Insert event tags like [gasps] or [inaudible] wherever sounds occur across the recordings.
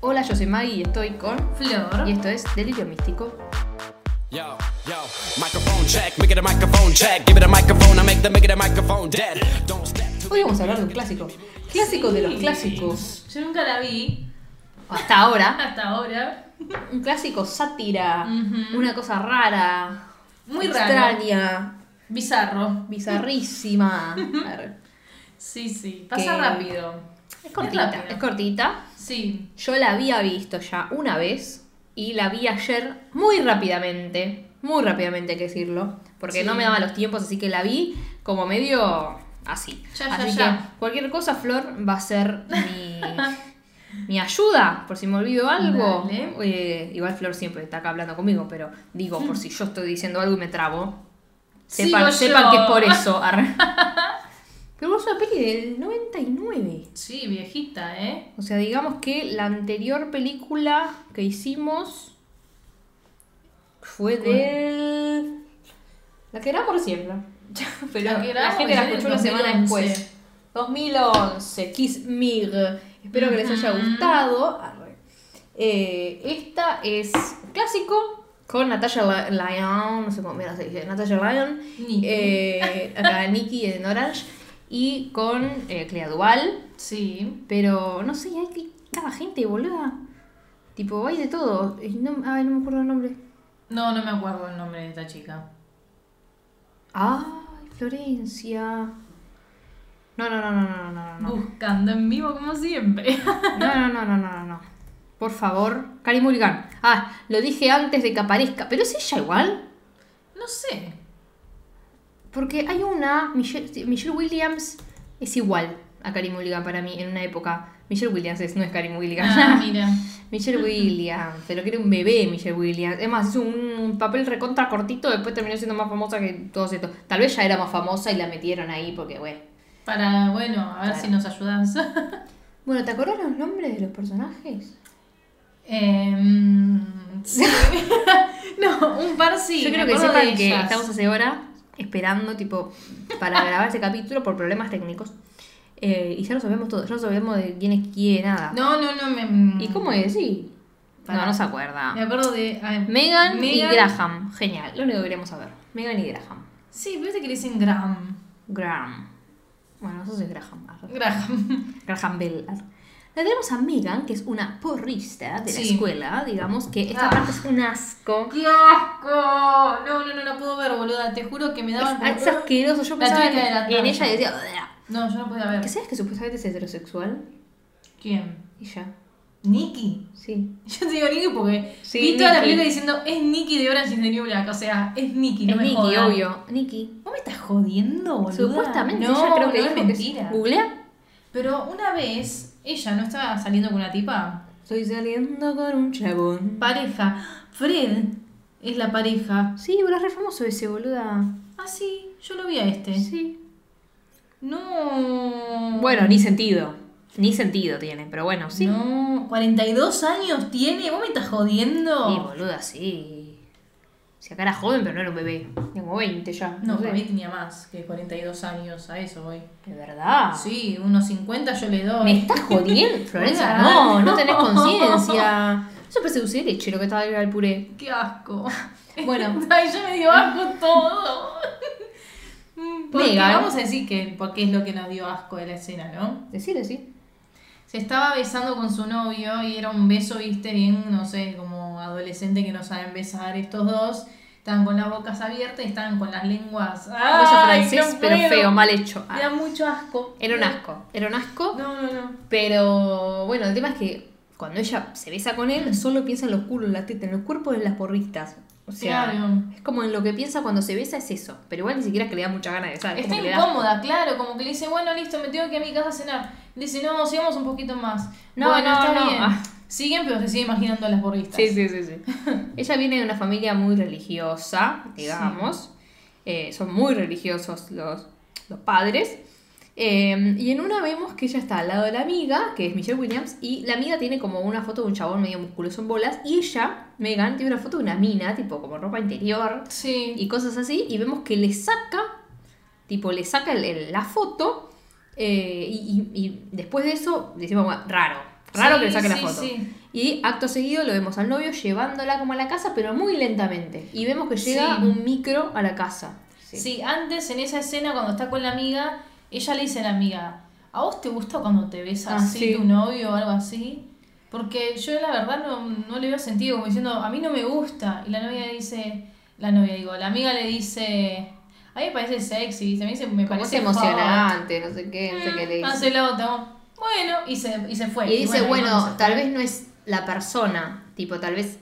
Hola, yo soy Maggie y estoy con Flor. Y esto es Delirio Místico. Yo, yo, microphone check, make it a microphone check, give it a microphone, I make the make it a microphone dead. Don't step to Hoy vamos a hablar de un clásico. Clásico de los clásicos. Yo nunca la vi Hasta ahora. hasta ahora. Un clásico sátira. Ujú. Una cosa rara. Muy raro. extraña. Bizarro. [laughs] Bizarrísima. A ver. Sí, sí. Pasa Que- rápido. Es cortita. rápida. Es cortita. Sí. Yo la había visto ya una vez y la vi ayer muy rápidamente. Muy rápidamente hay que decirlo. Porque Sí. no me daban los tiempos, así que la vi como medio así. Ya, ya, así ya. que cualquier cosa, Flor, va a ser [laughs] mi, mi ayuda. Por si me olvido algo. Dale. Eh, igual Flor siempre está acá hablando conmigo, pero digo, por si yo estoy diciendo algo y me trabo. Sigo yo. Sepan, sepan que es por [laughs] eso. Arre. Pero es una peli del 99. Sí, viejita, ¿eh? O sea, digamos que la anterior película que hicimos fue del. La que era por siempre. [laughs] Pero La la, que era gente la por escuchó siempre, una semana 2011. después. 2011, Kiss Me. Espero que les haya Ujú. gustado. Arre. Eh, esta es clásico con Natalia Ly- Lyon, no sé cómo mierda se dice, Natalia Lyon, Nikki. eh, acá Nikki en Orange, y con eh, Clea Duval. Sí. Pero no sé, hay que- cada gente, boluda. Tipo, hay de todo. Y no, ay, no me acuerdo el nombre. No, no me acuerdo el nombre de esta chica. Ay, Florencia. No, no, no, no, no, no, no, no. Buscando en vivo como siempre. [laughs] No, no, no, no, no, no, no. Por favor, Karim Mulligan. Ah, lo dije antes de que aparezca. Pero es ella igual. No sé. Porque hay una, Michelle, Michelle Williams es igual a Karim Mulligan para mí en una época. Michelle Williams es, no es Karim Mulligan. [laughs] Ah, mira. Michelle Williams, pero que era un bebé Michelle Williams. Es más, hizo un papel recontra cortito, después terminó siendo más famosa que todos estos. Tal vez ya era más famosa y la metieron ahí porque, güey. Para, bueno, a ver Claro. si nos ayudas. Bueno, ¿te acordás los nombres de los personajes? [laughs] Em, [laughs] sí. [laughs] no, un par sí. Yo me creo que acuerdo sepan de que ellas. estamos hace hora esperando, tipo, para grabar este capítulo por problemas técnicos. Eh, y ya lo sabemos todo, ya lo sabemos de quién es quién, nada. No, no, no. Me... ¿Y cómo es? Sí. Pará. No, no se acuerda. Me acuerdo de. ah, Megan y Megan- Graham. Genial, lo único que queríamos saber. Megan y Graham. Sí, parece que le dicen Graham. Graham. Bueno, eso es Graham. arre. Graham. [laughs] Graham Bell. La tenemos a Megan, que es una porrista de la Sí. escuela, digamos, que esta Ah. parte es un asco. ¡Qué asco! No, no, no, no puedo ver, boluda. Te juro que me Es, daban. es asqueroso. Yo La pensaba en, típica de la en talla. ella y decía, "Ugh". No, yo no podía ver. ¿que sabes que supuestamente es heterosexual? ¿Quién? Y ya, ¿Nikki? [laughs] sí. Yo te digo Nikki porque Sí, vi toda la Nikki. película diciendo es Nikki de Orange is the New Black. O sea, es Nikki, no es me Nikki, jodas. obvio. Nikki. ¿Vos me estás jodiendo, boluda? Supuestamente, no, ella creo que no, dijo es que es- mentira. ¿Googlea? Pero una vez, ella no estaba saliendo con una tipa. Estoy saliendo con un chabón. Pareja. Fred es la pareja. Sí, boludo, es re famoso ese, boluda. Ah, sí, yo lo vi a este. Sí. No. Bueno, ni sentido. Ni sentido tiene, pero bueno, sí. No, 42 años tiene, vos me estás Y jodiendo. boluda, sí. Si acá era joven, pero no era un bebé. Tengo 20 ya. No, sé. para mí tenía más que 42 años, a eso voy. ¿De verdad? Sí, unos 50 yo le doy. Ah. ¿Me estás [laughs] jodiendo, Florencia? Boluda, No, no no. tenés conciencia. Eso parece dulce de leche lo que estaba agregado al puré. Qué asco. [laughs] Bueno. Ay, yo me dio asco todo. Mm, Porque Megan. vamos a decir que porque es lo que nos dio asco de la escena, ¿no? Decir, sí. Se estaba besando con su novio y era un beso, viste, bien, no sé, como adolescente que no saben besar estos dos. Estaban con las bocas abiertas y estaban con las lenguas. Un beso Ay, francés, no pero puedo. feo, mal hecho. Ah, Me da mucho asco. Era un asco. Era un asco. No, no, no. Pero bueno, el tema es que cuando ella se besa con Mm. él, solo piensa en los culos, en las tetas, en los cuerpos de las porristas. O sea, Claro. es como en lo que piensa cuando se besa es eso. Pero igual ni siquiera es que le da mucha gana de besar. es Está como que le da- incómoda, claro, como que le dice, bueno, listo, me tengo que ir a mi casa a cenar. Le dice, no, sigamos un poquito más. No, bueno, no, está no. bien. Ah. Siguen, pero se sigue imaginando a las borristas. Sí, sí, sí, sí. [laughs] Ella viene de una familia muy religiosa, digamos. Eh, son muy religiosos los, los padres. Eh, y en una vemos que ella está al lado de la amiga, que es Michelle Williams, y la amiga tiene como una foto de un chabón medio musculoso en bolas, y ella, Megan, tiene una foto de una mina, tipo como ropa interior Sí. y cosas así, y vemos que le saca, tipo, le saca el- el- la foto, eh, y, y- y después de eso decimos, bueno, raro. Raro Sí, que le saquen la sí, foto. sí. Y acto seguido lo vemos al novio llevándola como a la casa, pero muy lentamente. Y vemos que llega Sí. un micro a la casa. Sí. antes en esa escena cuando está con la amiga, ella le dice a la amiga, ¿a vos te gusta cuando te ves Ah, así sí. tu novio o algo así? Porque yo la verdad no, no le veo sentido, como diciendo, a mí no me gusta. Y la novia le dice, la novia digo, la amiga le dice, a mí me parece sexy, dice, a mí se- me Como es parece emocionante, no sé qué, hot. no sé qué le Mm, dice. hace la otra, Bueno, y se, y se fue. Y dice, ahí bueno, cuando se tal fue. vez no es la persona, tipo, tal vez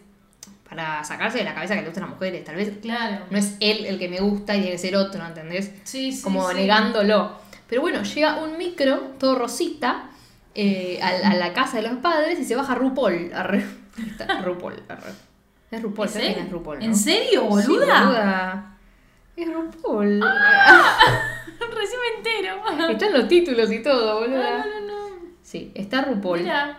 para sacarse de la cabeza que le gustan las mujeres, tal vez Claro. no es él el que me gusta y tiene que ser otro, ¿entendés? Sí, sí, Como sí. negándolo. Pero bueno, llega un micro, todo rosita, eh, a, a la casa de los padres y se baja RuPaul. Arre. Está- RuPaul, arre. Es RuPaul, ¿Es ¿sabés él? quién es RuPaul, no? ¿En serio, Sí, boluda? Ah. boluda. Es RuPaul. [laughs] Ah, Recién me entero. Están los títulos y todo, boluda. Ah, No, no, no. Sí, está RuPaul. Mira.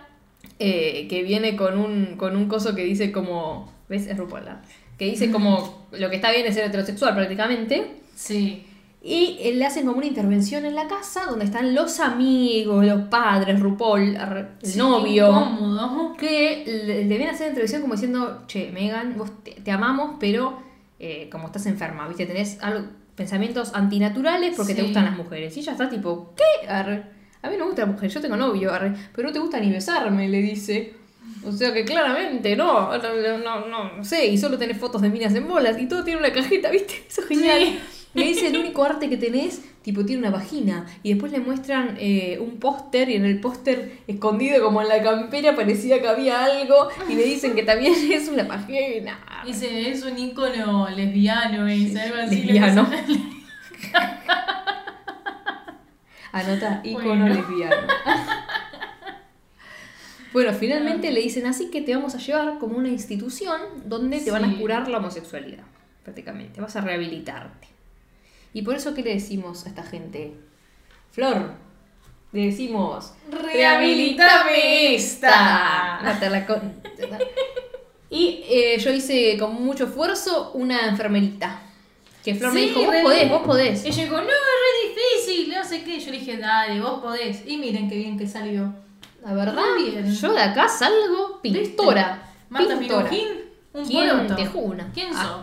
eh, que viene con un, con un coso que dice como. ¿Ves? Es RuPaul. ¿ah? Que dice como lo que está bien es ser heterosexual prácticamente. Sí. Y eh, le hacen como una intervención en la casa donde están los amigos, los padres, RuPaul, ar- el Sí, novio. qué incómodo. Que le, le vienen a hacer una intervención como diciendo, che, Megan, vos te, te amamos, pero eh, como estás enferma, ¿viste? Tenés algo- pensamientos antinaturales porque te Sí. gustan las mujeres. Y ella está tipo, ¿qué? Arre, a mí no me gusta la mujer, yo tengo novio, arre, pero no te gusta ni besarme, le dice. O sea que claramente, no, no, no, no, no, no sé, y solo tenés fotos de minas en bolas y todo tiene una cajeta, ¿viste? Eso es genial. Sí. Me dice, el único arte que tenés, tipo, tiene una vagina. Y después le muestran eh, un póster y en el póster, escondido como en la campera, parecía que había algo. Y le dicen que también [laughs] es una vagina. Dice, es un ícono lesbiano, y dice algo así. Lesbiano. Anota, icono Bueno. lesbiano. Bueno, finalmente le dicen, así que te vamos a llevar como una institución donde te van a Sí. curar la homosexualidad, prácticamente. Vas a rehabilitarte. Y por eso, ¿qué le decimos a esta gente? Flor, le decimos, Rehabilítame esta. No, Ah, te la con- te la- Y eh, yo hice con mucho esfuerzo una enfermerita. Que Flor me Sí, dijo, vos re podés, bien. Eh, vos podés. Ella dijo, no, es re difícil, no sé qué. Yo le dije, dale, vos podés. Y miren qué bien que salió. La verdad, Muy ah, bien. yo de acá salgo pintora. Marta pintora. Minujín, un ¿Quién poroto. te Ah. juna? ¿Quién sos?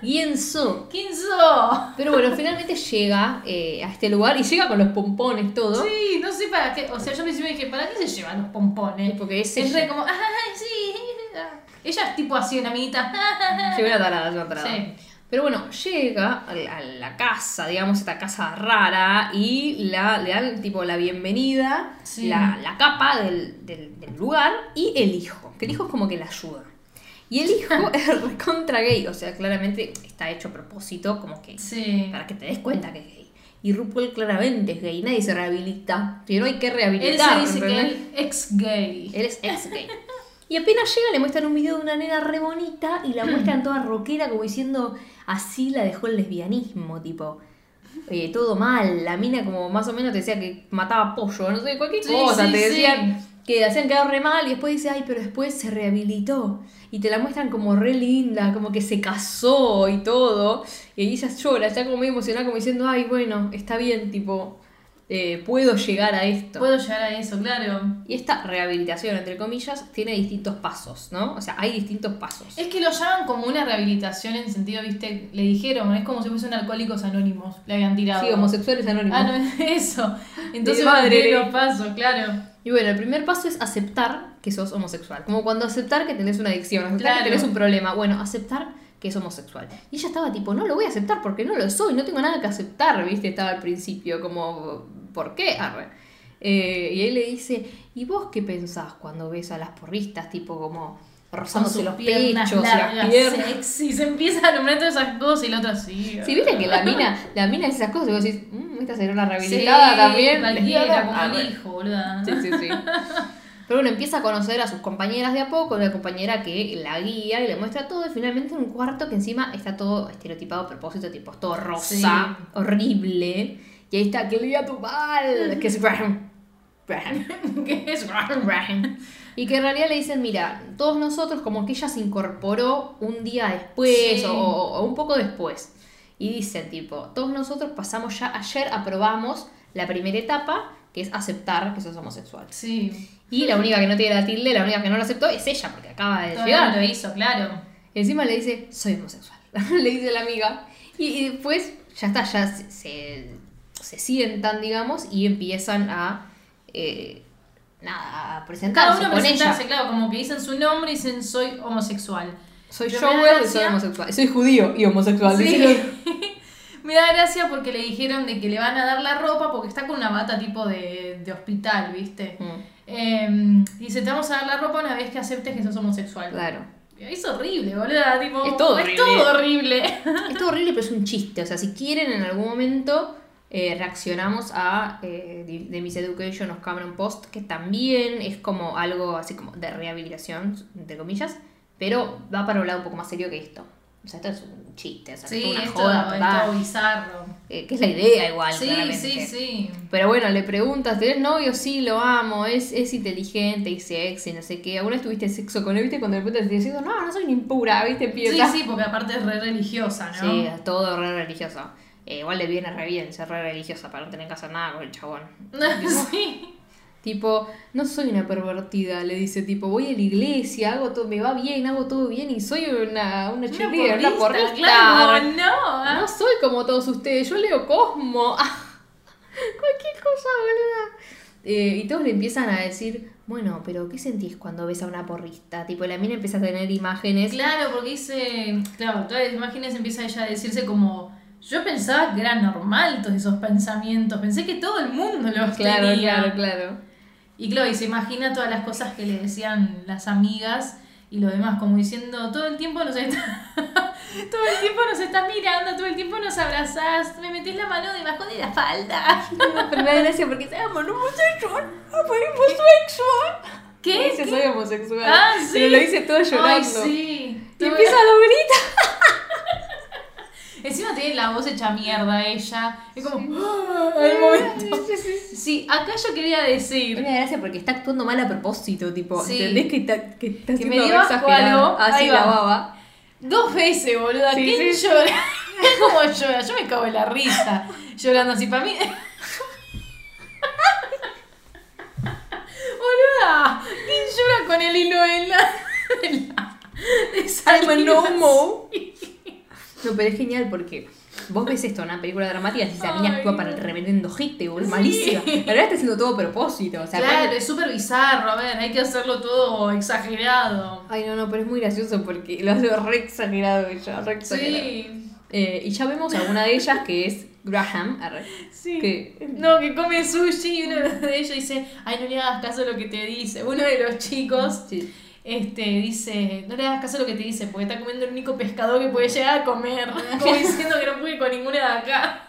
¿Quién so? ¿Quién sos? Pero bueno, finalmente llega eh, a este lugar y llega con los pompones todo. Sí, no sé para qué. O sea, yo al principio dije, ¿para qué se llevan los Y pompones? Porque es Es re ella. como, ay, sí. [laughs] Ah. Ella es tipo así, una amiguita. Sí, una tarada, una tarada. Sí. Pero bueno, llega a la, a la casa, digamos, esta casa rara, y la, le dan tipo la bienvenida, Sí. la, la capa del, del- del lugar y el hijo. Que el hijo es como que la ayuda. Y el [laughs] hijo es recontra gay, o sea, claramente está hecho a propósito, como que Sí. para que te des cuenta que es gay. Y RuPaul claramente es gay, nadie se rehabilita, pero hay que Él rehabilitar. se dice que ¿entendés? él ex gay. Él es ex gay. Y apenas llega le muestran un video de una nena re bonita y la muestran toda rockera como diciendo así la dejó el lesbianismo, tipo eh, todo mal, la mina como más o menos te decía que mataba pollo, no sé, cualquier Sí, cosa, sí, te sí. decían que la hacían quedar re mal y después dice, ay, pero después se rehabilitó y te la muestran como re linda, como que se casó y todo y ella llora, está como medio emocionada como diciendo, ay, bueno, está bien, tipo, eh, puedo llegar a esto. Puedo llegar a eso, claro. Y esta rehabilitación, entre comillas, tiene distintos pasos, ¿no? O sea, hay distintos pasos. Es que lo llaman como una rehabilitación en sentido, viste, le dijeron, es como si fuesen alcohólicos anónimos, le habían tirado. Sí, homosexuales anónimos. Ah, [laughs] no, [laughs] eso. Entonces De madre. madre los pasos, claro. Y bueno, el primer paso es aceptar que sos homosexual. Como cuando aceptar que tenés una adicción, aceptar Claro. que tenés un problema. Bueno, aceptar que es homosexual. Y ella estaba tipo, no lo voy a aceptar porque no lo soy, no tengo nada que aceptar, ¿viste? Estaba al principio como, ¿por qué? Arre. Eh, y él le dice, ¿y vos qué pensás cuando ves a las porristas? Tipo como rozándose Con los sus piernas pechos, las largas, piernas. sexy, se empieza a nombrar todas esas cosas y la otra sí. Si viste que la mina, la mina dice esas cosas, y vos decís, "Mm, esta será una rehabilitada también. Cualquiera, como [laughs] Ah, el bueno. hijo, boluda. Sí, sí, sí. Pero bueno, empieza a conocer a sus compañeras de a poco, una compañera que la guía y le muestra todo, y finalmente en un cuarto que encima está todo estereotipado a propósito, tipo, es todo rosa, Sí. horrible. Y ahí está Clea Tubal, que es [laughs] Bram. Bram. [laughs] ¿Qué es? Bram. Y que en realidad le dicen, mira, todos nosotros como que ella se incorporó un día después Sí. o, o un poco después. Y dicen tipo, todos nosotros pasamos ya, ayer aprobamos la primera etapa que es aceptar que sos homosexual. Sí. Y la única que no tiene la tilde, la única que no lo aceptó es ella, porque acaba de Todo llegar. lo hizo, claro. Y encima le dice, soy homosexual. [laughs] le dice la amiga. Y, y después ya está, ya se, se, se sientan, digamos, y empiezan a. eh, nada, a presentarse. Cada uno con presentarse, ella. claro, como que dicen su nombre y dicen soy homosexual. Soy Pero yo, me da y soy gracia- homosexual. Soy judío y homosexual. Sí. [laughs] decilo. Me da gracia porque le dijeron de que le van a dar la ropa porque está con una bata tipo de, de hospital, ¿viste? Mm, Eh, dice, te vamos a dar la ropa una vez que aceptes que sos homosexual. claro. Es horrible, boludo. Tipo, Es todo es horrible. todo horrible. [laughs] Esto es horrible, pero es un chiste. O sea, si quieren, en algún momento eh, reaccionamos a eh, The The Miss Education of Cameron Post, que también es como algo así como de rehabilitación, entre comillas, pero va para un lado un poco más serio que esto. O sea, esto es un chiste, o sea, es Sí, una es todo, joda es total. todo bizarro. Eh, que es la idea igual, sí, claramente. sí, sí. Pero bueno, le preguntas, ¿tenés novio? Sí, lo amo, es, es inteligente y sexy, no sé qué. ¿Alguna vez tuviste sexo con él? ¿Viste? Cuando de repente te decís, no, no soy ni impura, ¿viste? Sí, Empieza. sí, porque aparte es re religiosa, ¿no? Sí, todo re religioso. Eh, igual le viene re bien ser re religiosa para no tener que hacer nada con el chabón. [laughs] sí. Tipo, no soy una pervertida, le dice, tipo, voy a la iglesia, hago todo, me va bien, hago todo bien y soy una, una Una cheerleader, una porrista. claro, no. No soy como todos ustedes, yo leo Cosmo. [laughs] Cualquier cosa, boluda. Eh, y todos le empiezan a decir, bueno, pero ¿qué sentís cuando ves a una porrista? Tipo, la mina empieza a tener imágenes. Eh, Claro, porque dice, claro, todas las imágenes empieza ella a decirse como, yo pensaba que era normal todos esos pensamientos, pensé que todo el mundo los Claro, tenía. claro, claro. Y claro, y se imagina todas las cosas que le decían las amigas y los demás, como diciendo, todo el tiempo nos está, [laughs] todo el tiempo nos estás mirando, todo el tiempo nos abrazás, me metés la mano debajo de [laughs] la falda. Pero me da gracia porque se llama homosexual, pues, soy homosexual. ¿Qué? Dice ¿Qué? soy homosexual. Ah, sí. Pero lo dice todo llorando. Ay, sí. Y empieza a lo gritar. Encima tiene la voz hecha mierda ella. Es como, [laughs] Al [laughs] momento. [gasps] Sí, acá yo quería Me decir da gracia porque está actuando mal a propósito, tipo, Sí. ¿entendés que está, que está Que me haciendo dio asco exagerado? algo. Así Ahí la va. baba. [laughs] dos veces, boluda. Sí, ¿Quién sí, sí. llora? [laughs] ¿Cómo llora? Yo me cago en la risa llorando así para mí. [laughs] boluda, ¿quién llora con el hilo en la. en la- [laughs] de I'm a salir no así? mo. No, pero es genial porque vos ves esto en una película dramática y la Ay, mina actúa para no. el reverendo ojete, boludo, malísima. La verdad está haciendo todo a propósito. O sea, Claro, es súper bizarro. A ver, hay que hacerlo todo exagerado. Ay, no, no, pero es muy gracioso porque lo hace re exagerado ella, re exagerado. Sí. Eh, y ya vemos a una de ellas que es Graham, arre, Sí. que No, que come sushi y uno de ellos dice, ay, no le hagas caso a lo que te dice. Uno de los chicos sí, este, dice, no le hagas caso a lo que te dice, porque está comiendo el único pescador que puede llegar a [laughs] comer. Como diciendo que no puede ir con ninguna de acá.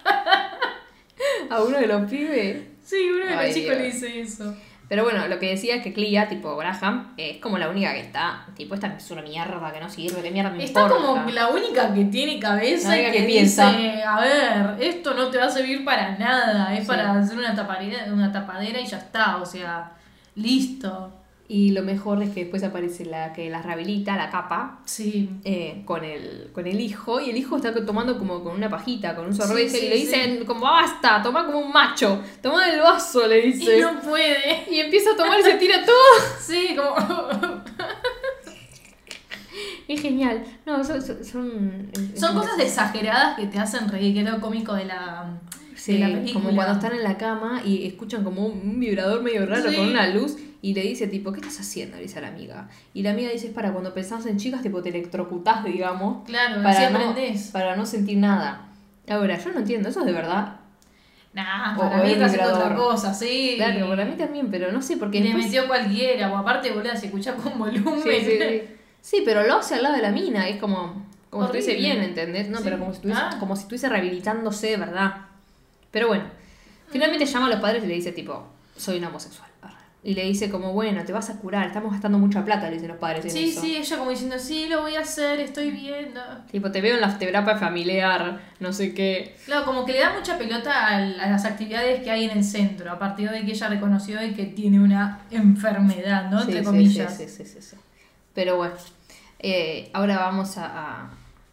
a uno de los pibes. Sí, uno de Ay, los chicos Dios. le dice eso. Pero bueno, lo que decía es que Clea, tipo Graham, eh, es como la única que está, tipo, esta es una mierda que no sirve, qué mierda me Está importa. como la única que tiene cabeza La y única que, que piensa. dice, a ver, esto no te va a servir para nada, es para hacer una tapadera, una tapadera y ya está, o sea, listo. Y lo mejor es que después aparece la que las rehabilita, la capa, Sí. eh, con, el, con el hijo, y el hijo está tomando como con una pajita, con un Sí, sorbete, sí, y le sí. dicen como basta, toma como un macho, toma el vaso, le dice. Y no puede. [laughs] Y empieza a tomar y se tira todo. Sí, como... [laughs] Es genial. No, son. Son, son- eh, Son cosas exageradas que te hacen reír, que es lo cómico de la, Sí, de la película. como cuando están en la cama y escuchan como un, un vibrador medio raro Sí. con una luz y le dice tipo, ¿qué estás haciendo? Le dice a la amiga. Y la amiga dice, es para cuando pensás en chicas, tipo te electrocutás, digamos, Claro, así para no, aprendés. para no sentir nada. Ahora, yo no entiendo, ¿eso es de verdad? Nah, O- para o mí el está haciendo vibrador. otra cosa, sí. Claro, para mí también, pero no sé, porque Y le después- metió cualquiera, o aparte, boludo, se escucha con volumen. Sí, sí, sí. Sí, pero lo hace al lado de la mina, es como, como si estuviese Horrible. bien, ¿entendés? No, Sí. pero como si, estuviese, Ah. como si estuviese rehabilitándose de verdad. Pero bueno, finalmente llama a los padres y le dice tipo, soy una homosexual. arre. Y le dice como, bueno, te vas a curar, estamos gastando mucha plata, le dicen los padres. en [laughs] Sí, eso. sí, ella como diciendo, sí, lo voy a hacer, estoy viendo. Tipo, te veo en la terapia familiar, no sé qué. Claro, como que le da mucha pelota al- a, las actividades que hay en el centro, a partir de que ella reconoció de que tiene una enfermedad, ¿no? Sí, Entre sí, comillas. sí, sí, sí, sí. Pero bueno, eh, ahora vamos a, a-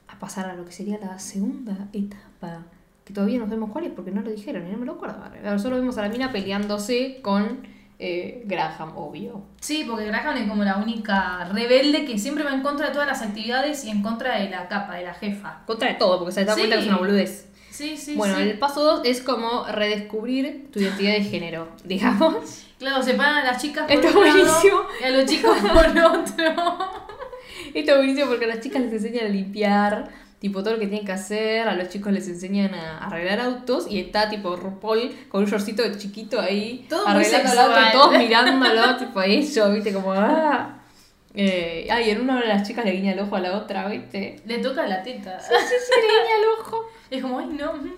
a pasar a lo que sería la segunda etapa que todavía no sabemos cuál es porque no lo dijeron y no me lo acuerdo. Ahora solo vemos a la mina peleándose con eh, Graham, obvio. Sí, porque Graham es como la única rebelde que siempre va en contra de todas las actividades y en contra de la capa, de la jefa. Contra de todo, porque se da Sí. cuenta que es una boludez. Sí, sí, bueno, sí. el paso 2 es como redescubrir tu identidad de género, [laughs] digamos. Claro, separan a las chicas por Está un lado buenísimo. y a los chicos por otro. [laughs] Esto es buenísimo porque a las chicas les enseñan a limpiar, tipo todo lo que tienen que hacer, a los chicos les enseñan a arreglar autos y está tipo RuPaul con un shortcito chiquito ahí, Todo muy arreglando el auto y sexual. todos mirándolo, [laughs] tipo a ellos, viste, como ah. Eh, ah, y en una de las chicas le guiña el ojo a la otra, viste. Le toca la teta. [laughs] Sí, sí, le guiña el ojo. Es como, ay, no. [laughs]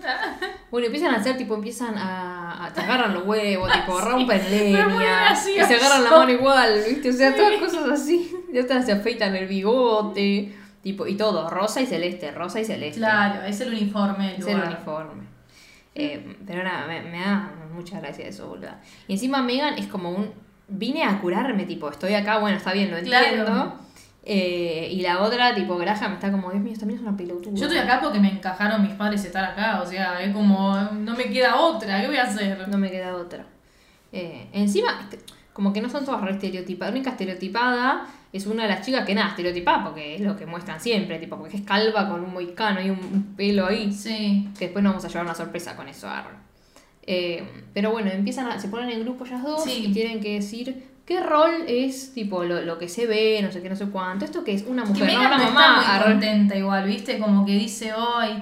Bueno, empiezan a hacer, tipo, empiezan a. a te agarran los huevos, [laughs] tipo, rompen pero muy leña. Y se agarran la gracioso. mano igual, ¿viste? O sea, todas cosas así. Y otras se afeitan el bigote, tipo, y todo, rosa y celeste, rosa y celeste. Claro, es el uniforme del Es el lugar. uniforme. Eh, pero nada, me, me da mucha gracia eso, boluda. Y encima Megan es como un. Vine a curarme, tipo, estoy acá, bueno, está bien, lo Claro. entiendo. Eh, y la otra, tipo, Graham está como, Dios mío, esta mina es una pelotuda. Yo estoy acá porque me encajaron mis padres estar acá, o sea, es como, no me queda otra, ¿qué voy a hacer? No me queda otra. Eh, encima, este, como que no son todas re estereotipadas. La única estereotipada es una de las chicas que nada, estereotipada, porque es lo que muestran siempre, tipo, porque es calva con un moicano y un- un pelo ahí. Sí. Que después nos vamos a llevar una sorpresa con eso, arre. Eh, pero bueno, empiezan a, se ponen en grupo ellas dos Sí. y tienen que decir qué rol es, tipo, lo, lo que se ve, no sé qué, no sé cuánto. Esto que es una Que mujer, no Megan una no mamá. está muy arre. contenta igual, ¿viste? Como que dice hoy.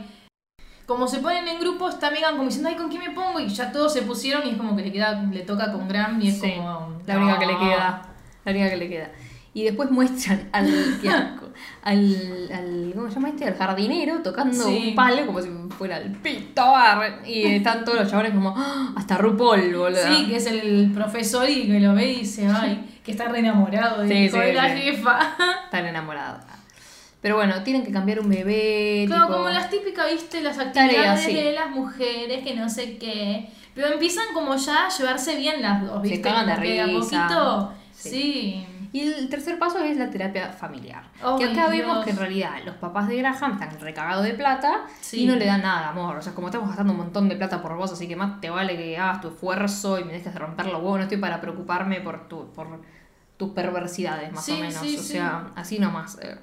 Como se ponen en grupos, está Megan como diciendo, ay, ¿con quién me pongo? Y ya todos se pusieron y es como que le queda, le toca con Graham y es Sí, como. La única que le "No". queda. La única que le queda. Y después muestran [laughs] al, qué asco, al, al- ¿cómo se llama este? Al jardinero tocando Sí. un palo como si fuera el pito. arre. Y están todos los chabones como, ¡Ah! hasta RuPaul, boludo. Sí, que es el profesor y que lo ve y dice, [laughs] ay, que está re enamorado de, Sí, hijo sí, de la sí. jefa. [laughs] Están enamorados. Pero bueno, tienen que cambiar un bebé. Claro, tipo- como las típicas, viste, las Tareas, actividades sí. de las mujeres, que no sé qué. Pero empiezan como ya a llevarse bien las dos, Se viste. cagan de Como que risa. a poquito, Sí. sí. Y el tercer paso es la terapia familiar. Oh, que acá Dios. vemos que en realidad los papás de Graham están recagados de plata Sí. y no le dan nada de amor. O sea, como estamos gastando un montón de plata por vos, así que más te vale que hagas tu esfuerzo y me dejes de romper los huevos. No estoy para preocuparme por, tu, por tus perversidades, más o Sí, menos. sí, o sí. sea, así nomás. eh.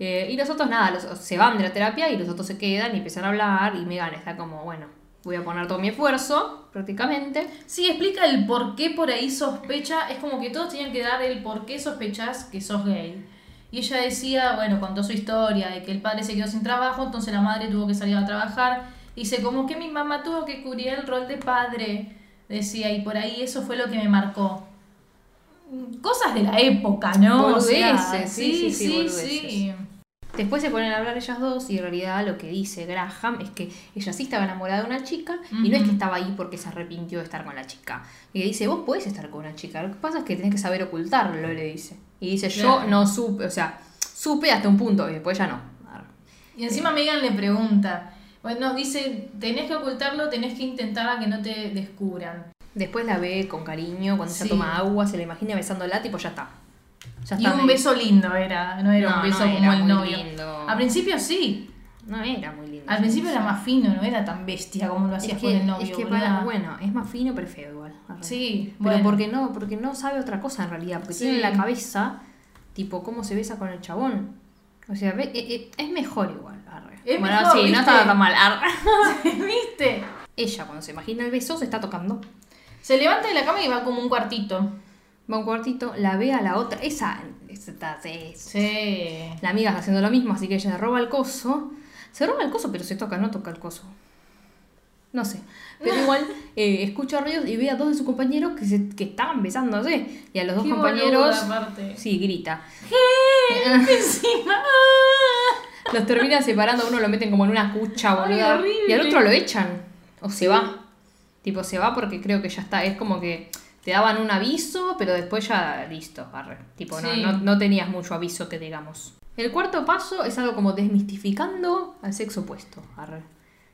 Eh, y los otros nada, los- se van de la terapia y los otros se quedan y empiezan a hablar y Megan está como, bueno, voy a poner todo mi esfuerzo prácticamente. Sí, explica el por qué por ahí sospecha. Es como que todos tenían que dar el por qué sospechás que sos gay. Y ella decía, bueno, contó su historia de que el padre se quedó sin trabajo, entonces la madre tuvo que salir a trabajar. Dice, como que mi mamá tuvo que cubrir el rol de padre. Decía, y por ahí eso fue lo que me marcó. Cosas de la época, ¿no? O sea, Boludeces, sí, sí, sí, boludeces. sí. Después se ponen a hablar ellas dos y en realidad lo que dice Graham es que ella sí estaba enamorada de una chica y no es que Ujú. estaba ahí porque se arrepintió de estar con la chica. Y le dice, vos podés estar con una chica, lo que pasa es que tenés que saber ocultarlo, le dice. Y dice, yo Claro. no supe, o sea, supe hasta un punto y después ya no. Y encima Megan le pregunta, bueno, dice, tenés que ocultarlo, tenés que intentar a que no te descubran. Después la ve con cariño, cuando ella Sí. toma agua, se la imagina besándola, tipo, ya está. Ya Y está, un me- beso lindo era, no era No, un beso no era como el muy novio. lindo. Al principio sí, No era muy lindo. al principio era más fino, no era tan bestia como lo Es hacías que- con el novio. es que boluda. para- bueno, es más fino, pero feo igual. Sí, Pero bueno. porque no, porque no sabe otra cosa en realidad, porque tiene Sí. en la cabeza, tipo, cómo se besa con el chabón. O sea, ve- eh, eh, es mejor igual. arre. Es bueno, mejor, sí, no ¿viste? está tan mal. arre. [laughs] [laughs] ¿Viste? Ella, cuando se imagina el beso, se está tocando. Se levanta de la cama y va como un cuartito. Va a un cuartito, la ve a la otra. Esa, esa está- es- Sí. La amiga está haciendo lo mismo, así que ella roba el coso. Se roba el coso, pero se toca, no toca el coso. No sé. [laughs] Pero igual eh, escucha ruidos y ve a dos de sus compañeros que, se, que estaban besándose. Y a los dos Qué compañeros. boluda, aparte. Sí, grita. [laughs] Encima. ¡ah! Los terminan separando, a uno lo meten como en una cucha, Ay, boluda. horrible. Y al otro lo echan. O se va. Tipo, se va porque creo que ya está. Es como que te daban un aviso, pero después ya listo, arre. Tipo, no- Sí. no, no, tenías mucho aviso que digamos. El cuarto paso es algo como desmistificando al sexo opuesto, arre.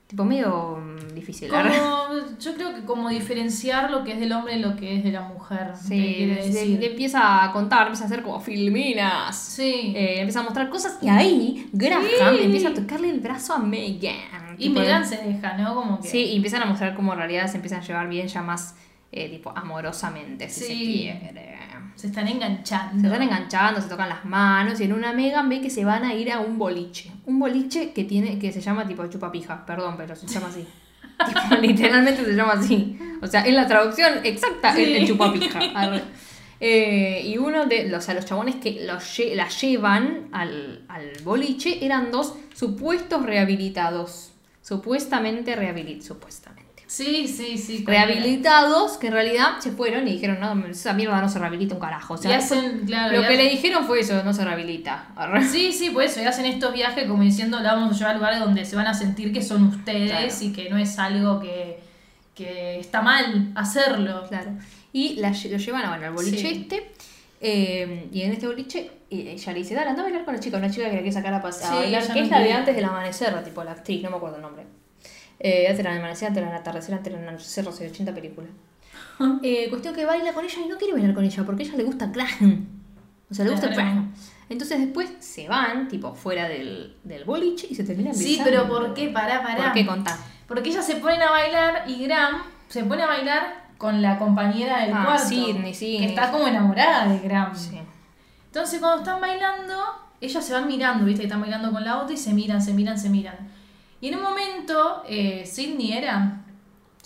Tipo medio mm, difícil, la ¿verdad? Como, yo creo que como diferenciar lo que es del hombre y lo que es de la mujer. te Sí, quiere le- decir. le empieza a contar, empieza a hacer como filminas. sí. Eh, empieza a mostrar cosas y ahí Graham empieza a tocarle el brazo a Megan. y Megan se deja, ¿no? Como que. Sí, y empiezan a mostrar cómo en realidad se empiezan a llevar bien ya más eh, tipo amorosamente, si se Sí. quiere. Se están enganchando. Se están enganchando, se tocan las manos y en una Megan ve que se van a ir a un boliche. Un boliche que tiene que se llama tipo chupapija, perdón, pero se llama [laughs] así. Tipo, literalmente se llama así. O sea, en la traducción exacta Sí. es el [laughs] chupapija. Arre. Eh, y uno de o sea, los chabones que los lle- la llevan al, al boliche eran dos supuestos rehabilitados. Supuestamente rehabilitados. Supuestamente Sí, sí, sí. cualquiera. rehabilitados que en realidad se fueron y dijeron, no, esa mierda no se rehabilita un carajo. O sea, y hacen, claro. lo que y hacen- le dijeron fue eso, no se rehabilita. Arre. Sí, sí, por eso. Y hacen estos viajes como diciendo, la vamos a llevar a lugares donde se van a sentir que son ustedes Claro. y que no es algo que, que está mal hacerlo. [laughs] Claro. Y la lle- lo llevan bueno, al boliche Sí. este. eh, y en este boliche eh, ella le dice, dale, anda a bailar con la chica, una chica que la quiere sacar a pasar. Sí, ella que no es la de quiere. antes del amanecer, tipo la actriz, no me acuerdo el nombre. Eh, antes del amanecer, antes del atardecer, antes del anochecer, no sé, 80 [laughs] películas. Eh, cuestión que baila con ella y no quiere bailar con ella porque a ella le gusta Graham. O sea, le gusta Claro. Graham. Entonces después se van, tipo, fuera del, del boliche y se terminan Sí, besando. pero ¿por qué? Pará, pará. ¿Por qué contá? Porque ellas se ponen a bailar y Graham se pone a bailar con la compañera del Ah, cuarto. Sidney, Sidney. Que está como enamorada de Graham. Sí. Entonces cuando están bailando, ellas se van mirando, viste que están bailando con la otra y se miran, se miran, se miran. Y en un momento, eh, Sidney era,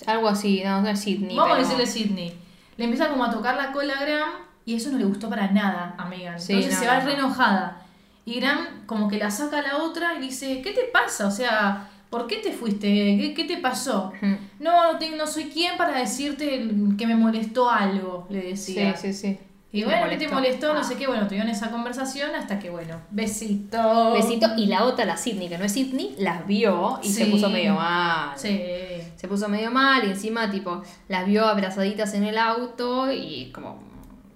Algo así, no, no es Sidney. vamos a pero- decirle Sidney, le empieza como a tocar la cola a Graham y eso no le gustó para nada a Megan. Sí, Entonces no, se va no. re enojada. Y Graham como que la saca a la otra y le dice, ¿qué te pasa? O sea, ¿por qué te fuiste? ¿Qué, qué te pasó? Ujú. No, no, te- no soy quien para decirte el- que me molestó algo, le decía. Sí, sí, sí. Y Me bueno, ¿qué te molestó? No Ah. sé qué, bueno, tuvieron esa conversación hasta que, bueno, besito. Besito. Y la otra, la Sidney, que no es Sidney, las vio y se Sí. puso medio mal. Sí. Se puso medio mal y encima, tipo, las vio abrazaditas en el auto y como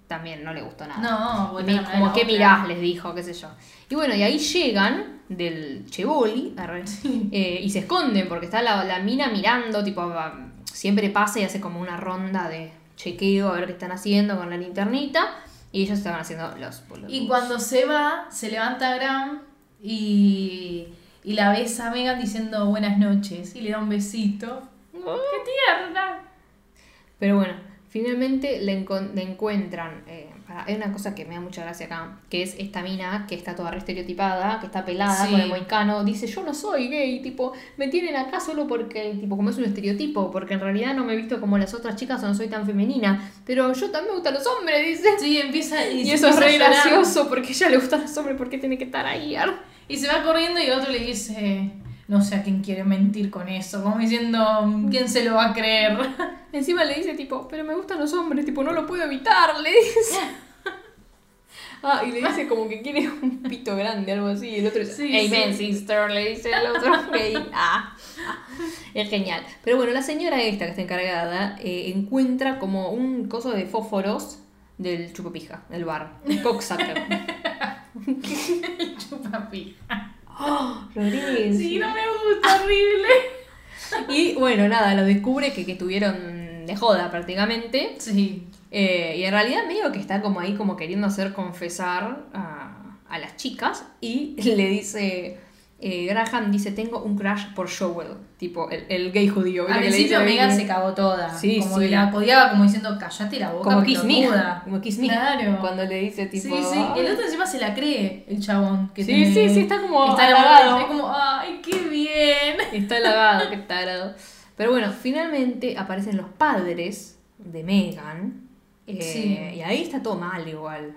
también no le gustó nada. No, Y bueno, me- no, como no, que no. mirás, les dijo, qué sé yo. Y bueno, y ahí llegan del Cheboli arre, [laughs] eh, y se esconden porque está la, la mina mirando, tipo, va- siempre pasa y hace como una ronda de chequeo a ver qué están haciendo con la linternita y ellos estaban haciendo los boludos. Y cuando se va, se levanta Graham y, y la besa a Megan diciendo buenas noches y le da un besito. Oh. ¡Qué tierna! Pero bueno, finalmente le, encon- le encuentran. eh, pará, hay una cosa que me da mucha gracia acá, que es esta mina que está toda re estereotipada, que está pelada Sí. con el moicano. Dice, yo no soy gay, tipo, me tienen acá solo porque, tipo, como es un estereotipo, porque en realidad no me he visto como las otras chicas o no soy tan femenina. Pero yo también me gustan los hombres, dice. Sí, empieza y, Y se eso es empieza re a llorar. gracioso porque a ella le gustan los hombres porque tiene que estar ahí. ar. Y se va corriendo y el otro le dice, no sé a quién quiere mentir con eso, como diciendo, ¿quién se lo va a creer? [laughs] Encima le dice, tipo, pero me gustan los hombres, tipo, no lo puedo evitar, le [laughs] dice. Ah, y le dice como que quiere un pito grande, algo así. Y el otro dice, Sí, Amen, sí. sister, le dice el otro. [laughs] Ok, ah. Es genial. Pero bueno, la señora esta que está encargada eh, encuentra como un coso de fósforos del chupapija, del bar. Un [laughs] cocksucker. Chupapi. Rodríguez. Sí, no me gusta, horrible. Y bueno, nada, lo descubre que, que estuvieron de joda prácticamente. Sí. Eh, y en realidad medio que está como ahí como queriendo hacer confesar a, a las chicas y [laughs] le dice, eh, Graham dice, tengo un crush por Joel, tipo el, el gay judío. ¿viste Al que le dice principio el gay Megan judío? se cagó toda. Sí, como sí. que la codiaba como diciendo, callate la boca. Como Kiss Me, pelotuda". como Kiss Me. Claro. Cuando le dice tipo... sí, sí. "Ay". El otro encima se la cree, el chabón. Que Sí, tiene- sí, sí, está como que Está halagado. halagado. Es como, ay, qué bien. Está lavado, qué tarado. Pero bueno, finalmente aparecen los padres de Megan. eh, Sí. Y ahí está todo mal igual.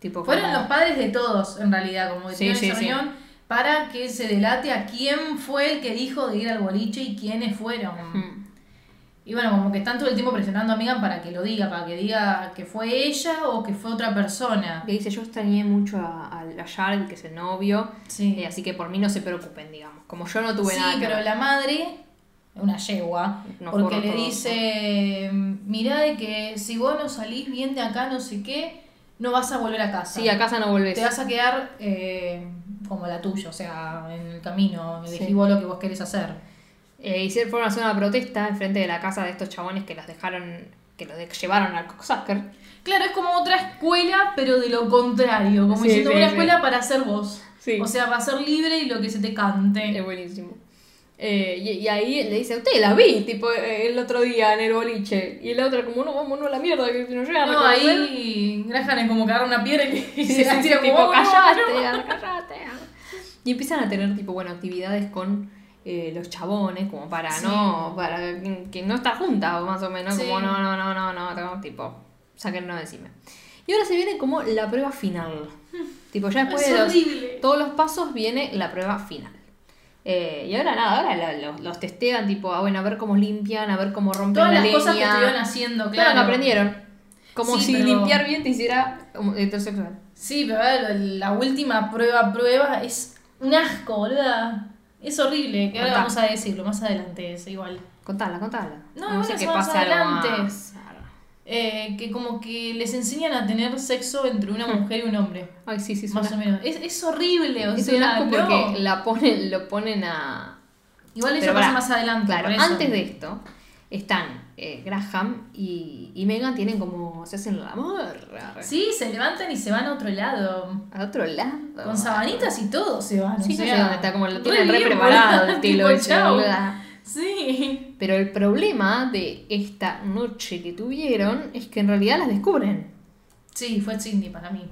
Tipo, Fueron como- los padres de todos, en realidad, como que Sí, tuvieron sí, esa sí. reunión para que se delate a quién fue el que dijo de ir al boliche y quiénes fueron. Mm. Y bueno, como que están todo el tiempo presionando a Megan para que lo diga, para que diga que fue ella o que fue otra persona. Le dice, yo extrañé mucho a, a, a Jared, que es el novio, Sí. eh, así que por mí no se preocupen, digamos. Como yo no tuve sí, nada que pero ver. la madre, una yegua, No, porque le horroroso. dice, mirá de que si vos no salís bien de acá, no sé qué, no vas a volver a casa. Sí, a casa no volvés. Te vas a quedar eh, como la tuya, o sea, en el camino, elegí Sí. vos lo que vos querés hacer. Eh, hicieron, fueron a hacer una protesta enfrente de la casa de estos chabones que las dejaron, que los de- llevaron al cocksucker. Claro, es como otra escuela, pero de lo contrario. Como Sí, diciendo sí, una sí. escuela para ser vos. Sí. Eh, O sea, para ser libre y lo que se te cante. Es buenísimo. Eh, y, y ahí le dice, usted la vi, tipo, eh, el otro día en el boliche. Y la otra como, no, vamos, no a la mierda, que nos llegan No, a reconocer". ahí Graham es como cagar una piedra y, [laughs] y Y se se la hace tira tipo, como callate, "Oh, no". callate. Y empiezan a tener, tipo, bueno, actividades con eh, los chabones, como para, Sí. no, para que, que no está junta, o más o menos, Sí. como, no, no, no, no, no, tengo, tipo, sáquenlo de encima. Y ahora se viene como la prueba [laughs] final. tipo, ya después Es de los horrible. todos los pasos viene la prueba final. Eh, y ahora nada, ahora la- los, los testean, tipo, ah, bueno, a ver cómo limpian, a ver cómo rompen Todas la las leña. cosas que estuvieron haciendo, Todo lo claro. que aprendieron. Como Sí, si pero- limpiar bien te hiciera homo- heterosexual. Sí, pero a ver, la última prueba, prueba es un asco, boluda. Es horrible, que ahora Contá. vamos a decirlo más adelante, es igual. Contala, contala. No, igual eso más algo adelante. más. Eh, que como que les enseñan a tener sexo entre una mujer y un hombre. Ay, sí, sí, Hmm. es un Más o asco. menos. Es, es horrible, o Es sea, un asco no. porque la ponen, lo ponen a... Igual eso Pero pasa pará. más adelante. Claro, por eso. antes de esto están eh, Graham y, y Megan tienen como... se hacen el amor. arre. Sí, se levantan y se van a otro lado. A otro lado. Con sabanitas y todo se van. Sí, o no sea, sé dónde está, como lo tienen re re bien, preparado [laughs] boluda, el telo tipo, ese, chau. boluda. Sí. Pero el problema de esta noche que tuvieron es que en realidad las descubren. Sí, fue Cindy para mí.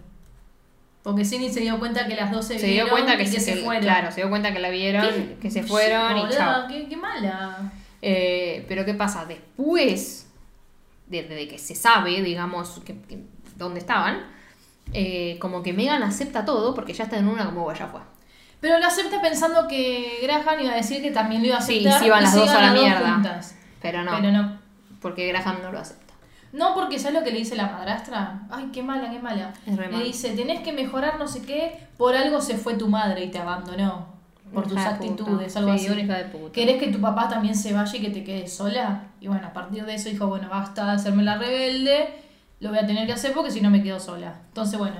Porque Cindy se dio cuenta que las dos se, Se dio vieron cuenta que, y se, que- fueron. Claro, se dio cuenta que la vieron, ¿Qué? que se fueron Sí, y boluda, chao. Qué, qué mala. Eh, pero ¿qué pasa? Después de, de que se sabe, digamos, que, que- dónde estaban, eh, como que Megan acepta todo porque ya está en una como "Bueno, ya fue. Pero lo acepta pensando que Graham iba a decir que también lo iba a Sí, aceptar. y se iban las dos a la las mierda. juntas. Pero no, Pero no. porque Graham no lo acepta. No, porque ¿sabes lo que le dice la madrastra? Ay, qué mala, qué mala. Es re le mal. dice, tenés que mejorar no sé qué, por algo se fue tu madre y te abandonó. Por tus Hija de actitudes, puta. algo Sí, así. una hija de puta. ¿Querés que tu papá también se vaya y que te quedes sola? Y bueno, a partir de eso dijo, bueno, basta de hacerme la rebelde, lo voy a tener que hacer porque si no me quedo sola. Entonces, bueno,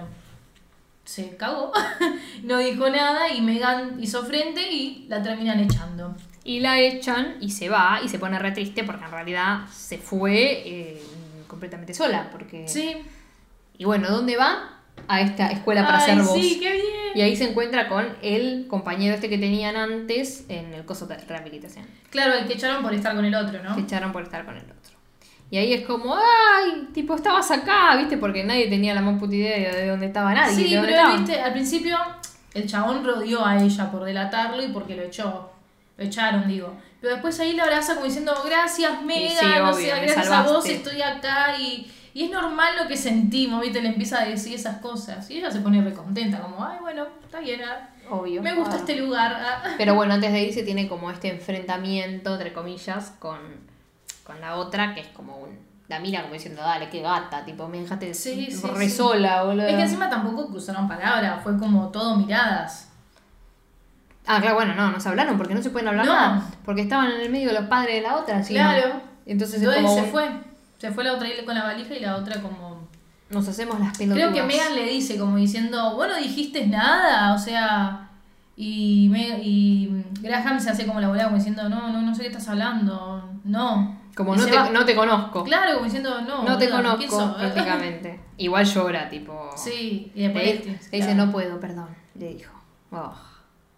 se cagó, [laughs] no dijo nada y Megan hizo frente y la terminan echando. Y la echan y se va y se pone re triste porque en realidad se fue eh, completamente sola. Porque... Sí. Y bueno, ¿dónde va? A esta escuela para Ay, ser voz. sí, qué bien. Y ahí se encuentra con el compañero este que tenían antes en el coso de rehabilitación. Claro, el que echaron por estar con el otro, ¿no? Que echaron por estar con el otro. Y ahí es como, ay, tipo, estabas acá, ¿viste? Porque nadie tenía la más puta idea de dónde estaba nadie. Sí, de dónde pero él, estaban. viste, al principio el chabón rodeó a ella por delatarlo y porque lo echó. Lo echaron, digo. Pero después ahí la abraza como diciendo, gracias, Mega, sí, no obvio, sé, me gracias a salvaste". vos estoy acá y, y es normal lo que sentimos, viste, le empieza a decir esas cosas. Y ella se pone recontenta, como, ay, bueno, está bien, ah, Obvio. me gusta claro. este lugar. ah". Pero bueno, antes de irse tiene como este enfrentamiento, entre comillas, con, con la otra, que es como un... La mira como diciendo, dale, qué gata, tipo, me dejaste Sí, sí, re sí. sola, boludo. Es que encima tampoco cruzaron palabras, fue como todo miradas. Ah, claro, bueno, no, no se hablaron porque no se pueden hablar No. nada. Porque estaban en el medio los padres de la otra, encima. Claro. Entonces es Entonces como se un- fue. Se fue la otra con la valija y la otra como nos hacemos las pelotudas. Creo que Megan le dice como diciendo, vos no dijiste nada, o sea, y, Me- y Graham se hace como la volada como diciendo, no, no, no sé qué estás hablando, no. Como Y no se te, va. no te conozco. Claro, como diciendo, no. no te boluda, ¿quién conozco, sos?" prácticamente. Igual llora, tipo... [laughs] Sí, y Le, después este, le dice, claro. no puedo, perdón, le dijo. Oh,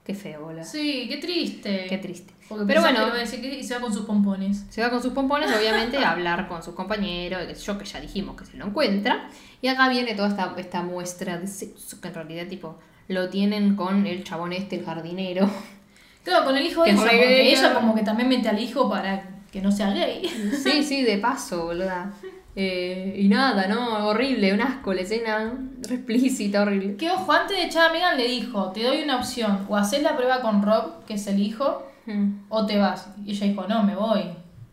qué feo, boludo. Sí, qué triste. Qué triste. Porque Pero bueno... Que le va a decir que- y se va con sus pompones. Se va con sus pompones, obviamente, a hablar con sus compañeros, y qué sé yo, que ya dijimos que se lo encuentra. Y acá viene toda esta, esta muestra de sexo, que en realidad, tipo, lo tienen con el chabón este, el [laughs] jardinero. Claro, con el hijo de Que ella, re porque gay, ella ¿no? como que también mete al hijo para que no sea gay. [laughs] Sí, sí, de paso, boluda. Eh, y nada, ¿no? Horrible, un asco la escena, re explícita, horrible. Que ojo, antes de echar a Megan le dijo, te doy una opción, o haces la prueba con Rob, que es el hijo, Mm, o te vas. Y ella dijo, no, me voy.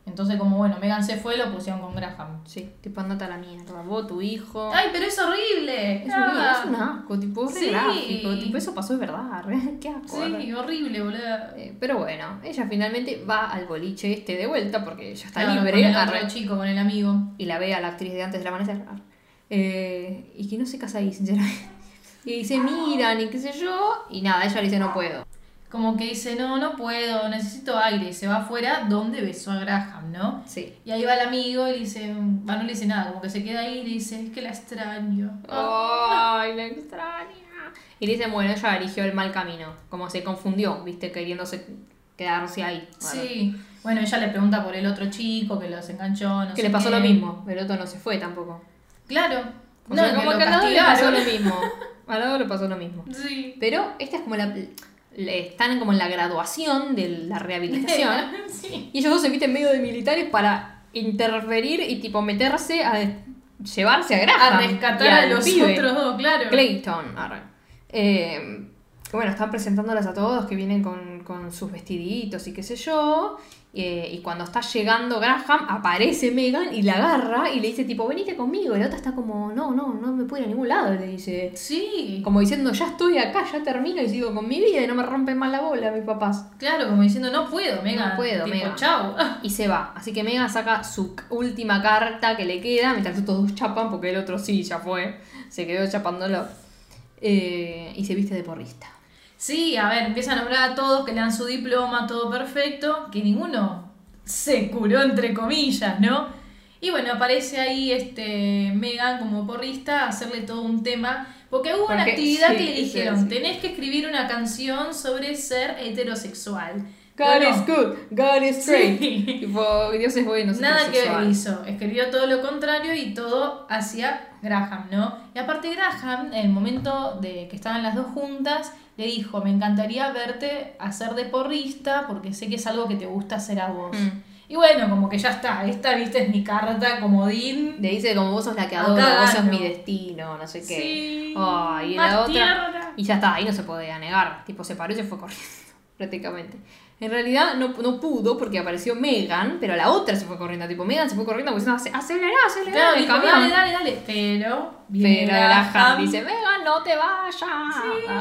Entonces, como bueno, Megan se fue, lo pusieron con Graham. Sí, tipo, andate a la mierda, vos, tu hijo. Ay, pero es horrible. es, un, Ah. es un asco, tipo, re Sí. gráfico, tipo, eso pasó, es verdad, re- [laughs] qué asco. ¿verdad? Sí, horrible, boludo. Eh, pero bueno, ella finalmente va al boliche este de vuelta porque ya está Claro, libre Con el arre, otro chico, con el amigo. y la ve a la actriz de antes del amanecer. arre. Eh, y [laughs] que no se casa ahí, sinceramente. Y se miran y qué sé yo, y nada, ella le dice no puedo. como que dice, no, no puedo, necesito aire, y se va afuera donde besó a Graham, ¿no? Sí. Y ahí va el amigo y le dice, va, no le dice nada, como que se queda ahí y le dice, es que la extraño. Ay, la extraña. Y dicen, bueno, ella eligió el mal camino. Como se confundió, viste, queriéndose quedarse ahí. Sí. Bueno, ella le pregunta por el otro chico que los enganchó, no Que sé le pasó qué. lo mismo. pero otro no se fue tampoco. Claro. O sea, que como lo que al lado le pasó [laughs] lo castigaron. mismo. Al lado le pasó lo mismo. Sí. Pero esta es como la. le- Están como en la graduación de la [laughs] rehabilitación. sí. Y ellos dos se visten medio de militares para interferir y tipo meterse a des- llevarse a Graham. A y rescatar a al los pibe, otros dos, claro. Clayton. arre. Eh, que bueno, están presentándolas a todos que vienen con, con sus vestiditos y qué sé yo. Eh, y cuando está llegando Graham, aparece Megan y la agarra y le dice tipo, venite conmigo. Y la otra está como, no, no, no me puedo ir a ningún lado. Le dice, Sí. como diciendo, ya estoy acá, ya termino y sigo con mi vida y no me rompen más la bola mis papás. Claro, como diciendo, no puedo, Megan. No puedo, tipo, Megan. chau. [laughs] Y se va. Así que Mega saca su c- última carta que le queda, mientras todos chapan, porque el otro sí ya fue. Se quedó chapándolo. Eh, y se viste de porrista. Sí, a ver, empieza a nombrar a todos que le dan su diploma, todo perfecto, que ninguno se curó, entre comillas, ¿no? Y bueno, aparece ahí este Megan como porrista a hacerle todo un tema, porque hubo una Porque- actividad sí, que le eso dijeron, es. tenés que escribir una canción sobre ser heterosexual. God Bueno, is good, God is great. Sí. Tipo, Dios es bueno, Nada que ver ver hizo, escribió todo lo contrario y todo hacia Graham, ¿no? Y aparte Graham, en el momento de que estaban las dos juntas, le dijo, me encantaría verte hacer de porrista porque sé que es algo que te gusta hacer a vos. Mm. Y bueno, como que ya está, esta, viste, es mi carta comodín. Le dice como vos sos la que Acá adoro, vos sos gano. mi destino, no sé qué. Sí, Ay, y más la otra. tierna. Y ya está, ahí no se podía negar. Tipo, se paró y se fue corriendo, [laughs] prácticamente. En realidad no, no pudo porque apareció Megan, pero la otra se fue corriendo. Tipo, Megan se fue corriendo porque dice, hace una hace una Claro, en el dijo, camión. dale, dale, dale. Pero, viene Pero Graham, Graham. dice, Megan, no te vayas. Ah,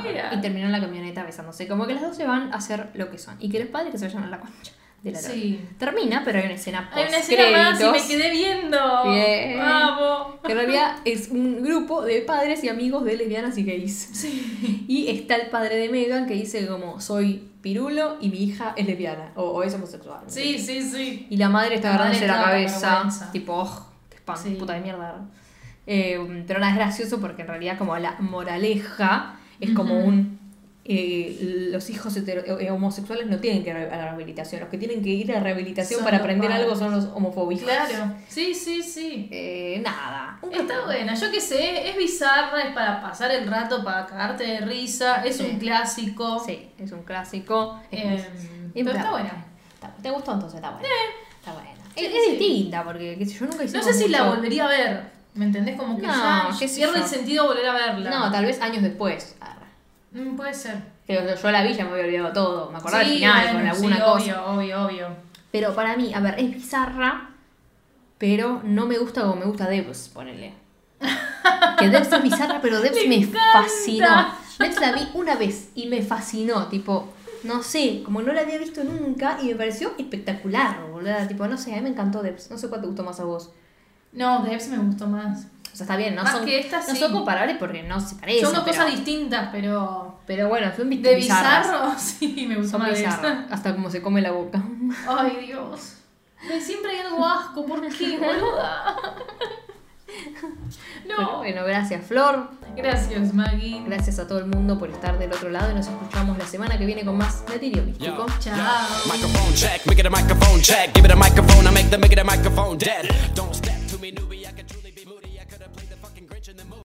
bueno. ah. y terminan la camioneta besándose. Como que las dos se van a hacer lo que son. Y que los padres que se vayan a la concha de la lora. Sí. Termina, pero hay una escena Hay una escena más y me postcréditos, quedé viendo. Bien. Vamos. Que en realidad es un grupo de padres y amigos de lesbianas y gays. Sí. Y está el padre de Megan que dice como, soy pirulo y mi hija es lesbiana. O, o es homosexual. no sé Sí, qué. sí, sí. Y la madre está La madre agarrándose la está con cabeza. vergüenza. Tipo, oh, qué espanto, Sí. puta de mierda. Eh, pero nada, es gracioso porque en realidad como la moraleja es como Ujú. un... eh, los hijos hetero- eh, homosexuales no tienen que ir a la rehabilitación. Los que tienen que ir a la rehabilitación Son para los aprender padres. algo son los homofóbicos. Claro. Sí, sí, sí. Eh, nada. Un Está capítulo. buena, yo qué sé, es bizarra, es para pasar el rato, para cagarte de risa, es Sí. un clásico. Sí, es un clásico. Eh, pero plan. está buena. Está- ¿Te gustó entonces? Está buena. Está buena. Sí, es es sí. distinta porque qué sé yo nunca No hicimos sé si la mucho- volvería a ver, ¿me entendés? Como que No, ya qué sé pierde yo. el sentido volver a verla. No, tal vez años después. Arre. Mm, puede ser. Pero yo la vi, ya me había olvidado todo. Me acordaba al Sí, final bueno, con alguna sí, cosa. Obvio, obvio, obvio. Pero para mí, a ver, es bizarra, pero no me gusta como me gusta Debs, ponele. Que Debs es bizarra, pero [laughs] Debs me fascinó. Debs la vi una vez y me fascinó, tipo, no sé, como no la había visto nunca y me pareció espectacular, boludo. Tipo, no sé, a mí me encantó Debs. No sé cuál te gustó más a vos. No, Debs me gustó más. O sea, está bien, no, Más son, que esta, no sí. son comparables porque no se parecen. Son dos pero- cosas distintas, pero. Pero bueno, son bi- De bizarras. bizarro, [laughs] sí, me gustó Son más Debs. bizarras. Hasta como se come la [laughs] boca. Ay, Dios. Me siempre hay algo asco, ¿por qué, [laughs] boluda? Pero No. bueno, gracias, Flor. Gracias, Maggie. Gracias a todo el mundo por estar del otro lado y nos escuchamos la semana que viene con más Delirio Místico. Chao. Microphone check, make it a microphone check. Give it a microphone, I make the make it a microphone dead. Don't step to me, newbie, I can truly.